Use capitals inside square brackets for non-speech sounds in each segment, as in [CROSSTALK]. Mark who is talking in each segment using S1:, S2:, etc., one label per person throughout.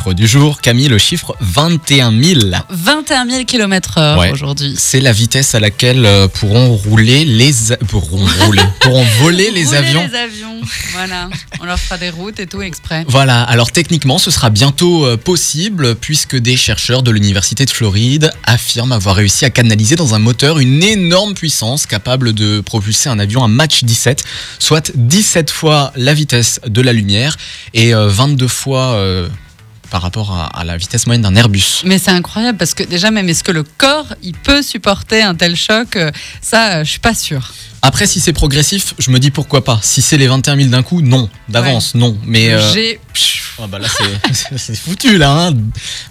S1: Chiffre du jour, Camille, le chiffre 21 000.
S2: 21 000 km heure
S1: Ouais.
S2: aujourd'hui.
S1: C'est la vitesse à laquelle euh, pourront rouler les a- pourront
S2: [LAUGHS]
S1: rouler pourront voler les
S2: Rouler
S1: avions.
S2: Les avions, [LAUGHS] voilà. On leur fera des routes et tout exprès.
S1: Voilà, alors techniquement ce sera bientôt euh, possible puisque des chercheurs de l'Université de Floride affirment avoir réussi à canaliser dans un moteur une énorme puissance capable de propulser un avion à Mach 17, soit 17 fois la vitesse de la lumière et euh, 22 fois euh, par rapport à, à la vitesse moyenne d'un Airbus.
S2: Mais c'est incroyable parce que déjà même est-ce que le corps il peut supporter un tel choc euh, Ça, euh, je suis pas sûre.
S1: Après si c'est progressif, je me dis pourquoi pas. Si c'est les 21 000 d'un coup, non, d'avance, non. Mais euh,
S2: J'ai
S1: Ah bah là c'est- [LAUGHS] c'est foutu là hein.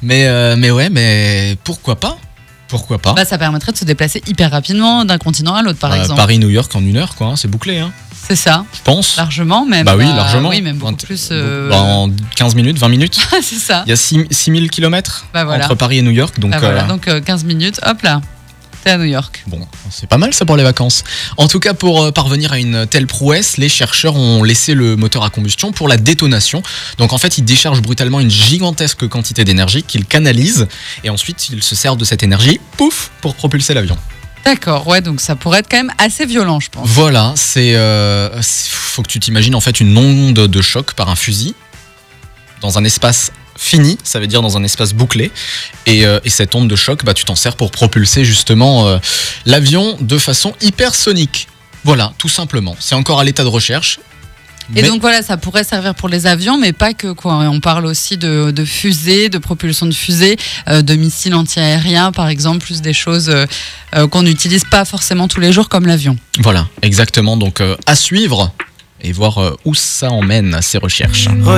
S1: mais, euh, mais ouais mais pourquoi pas Pourquoi pas
S2: bah, ça permettrait de se déplacer hyper rapidement d'un continent à l'autre par
S1: Euh,
S2: exemple.
S1: Paris-New York en une heure quoi, hein, c'est bouclé hein,
S2: C'est ça,
S1: je pense.
S2: largement même. euh,
S1: bah oui largement.
S2: Oui, même beaucoup
S1: Vingt-
S2: plus. euh,
S1: bah, en 15 minutes, 20 minutes.
S2: [LAUGHS] c'est ça.
S1: Il y a 6000 km
S2: Bah voilà.
S1: entre Paris et New York donc,
S2: Bah, voilà,
S1: euh,
S2: donc euh, 15 minutes, hop là. T'es à New York.
S1: Bon, c'est pas mal ça pour les vacances. En tout cas, pour euh, parvenir à une telle prouesse, les chercheurs ont laissé le moteur à combustion pour la détonation. Donc en fait, ils déchargent brutalement une gigantesque quantité d'énergie qu'ils canalisent et ensuite ils se servent de cette énergie, pouf, pour propulser l'avion.
S2: D'accord, ouais, donc ça pourrait être quand même assez violent, je pense.
S1: Voilà, c'est. euh, c'est- faut que tu t'imagines en fait une onde de choc par un fusil dans un espace fini, ça veut dire dans un espace bouclé. Et, euh, et cette onde de choc, bah, tu t'en sers pour propulser justement euh, l'avion de façon hypersonique. Voilà, tout simplement. C'est encore à l'état de recherche.
S2: Et
S1: mais-
S2: donc voilà, ça pourrait servir pour les avions, mais pas que quoi. Et on parle aussi de, de fusées, de propulsion de fusées, euh, de missiles antiaériens par exemple, plus des choses euh, euh, qu'on n'utilise pas forcément tous les jours comme l'avion.
S1: Voilà, exactement. Donc euh, à suivre et voir euh, où ça emmène ces recherches.